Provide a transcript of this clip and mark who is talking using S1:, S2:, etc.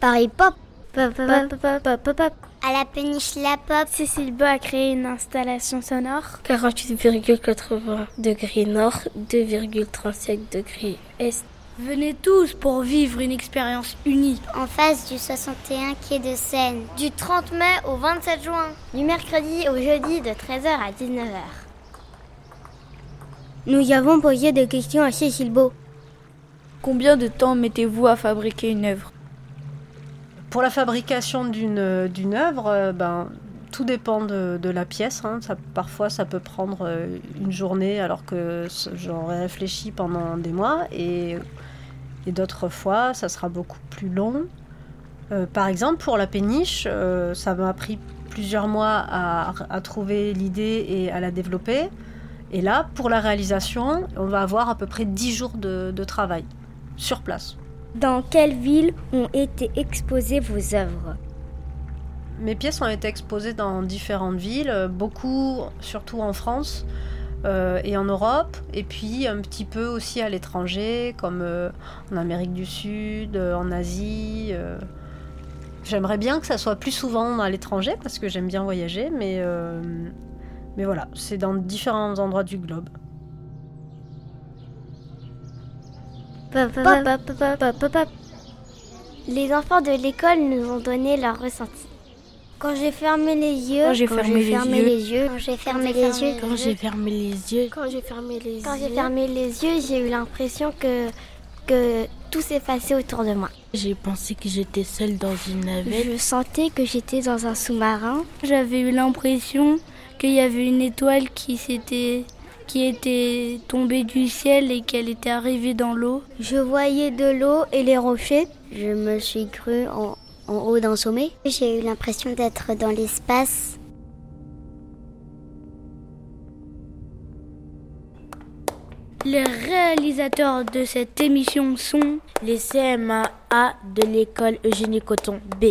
S1: Paris Pop.
S2: Pop, pop, pop, pop, pop, pop.
S1: À la péniche La Pop.
S2: Cécile Beau a créé une installation sonore.
S3: 48,80 degrés nord, 2,37 degrés est.
S4: Venez tous pour vivre une expérience unique.
S1: En face du 61 quai de Seine. Du 30 mai au 27 juin. Du mercredi au jeudi de 13h à 19h.
S5: Nous avons posé des questions à Cécile Beau.
S6: Combien de temps mettez-vous à fabriquer une œuvre
S7: Pour la fabrication d'une d'une œuvre, euh, ben, tout dépend de, de la pièce. hein. Ça- parfois, ça peut prendre euh, une journée alors que ce- j'en réfléchis pendant des mois. Et, et d'autres fois, ça sera beaucoup plus long. Euh, par exemple, pour la péniche, euh, ça m'a pris plusieurs mois à, à trouver l'idée et à la développer. Et là, pour la réalisation, on va avoir à peu près 10 jours de- de travail sur place.
S5: Dans quelle ville ont été exposées vos œuvres
S7: Mes pièces ont été exposées dans différentes villes, euh, beaucoup surtout en France euh, et en Europe, et puis un petit peu aussi à l'étranger, comme euh, en Amérique du Sud, euh, en Asie. euh. J'aimerais bien que ça soit plus souvent à l'étranger parce que j'aime bien voyager, mais, euh, mais voilà, c'est dans différents endroits du globe.
S2: Pop, pop, pop, pop, pop, pop, pop.
S1: Les enfants de l'école nous ont donné leur ressenti.
S5: Quand j'ai fermé les yeux,
S6: Quand j'ai fermé les yeux.
S1: Quand j'ai fermé les yeux,
S3: Quand j'ai fermé les yeux,
S4: Quand j'ai fermé les
S1: quand j'ai fermé les yeux, j'ai eu l'impression que, que tout s'est passé autour de moi.
S3: j'ai pensé que j'étais seule dans une navette.
S1: Je sentais que j'étais dans un sous-marin.
S4: j'avais eu l'impression qu'il y avait une étoile qui s'était qui était tombée du ciel et qu'elle était arrivée dans l'eau.
S5: je voyais de l'eau et les rochers.
S1: Je me suis cru en, en haut d'un sommet. J'ai eu l'impression d'être dans l'espace.
S4: Les réalisateurs de cette émission sont
S3: Les CMAA de l'école Eugénie Coton B.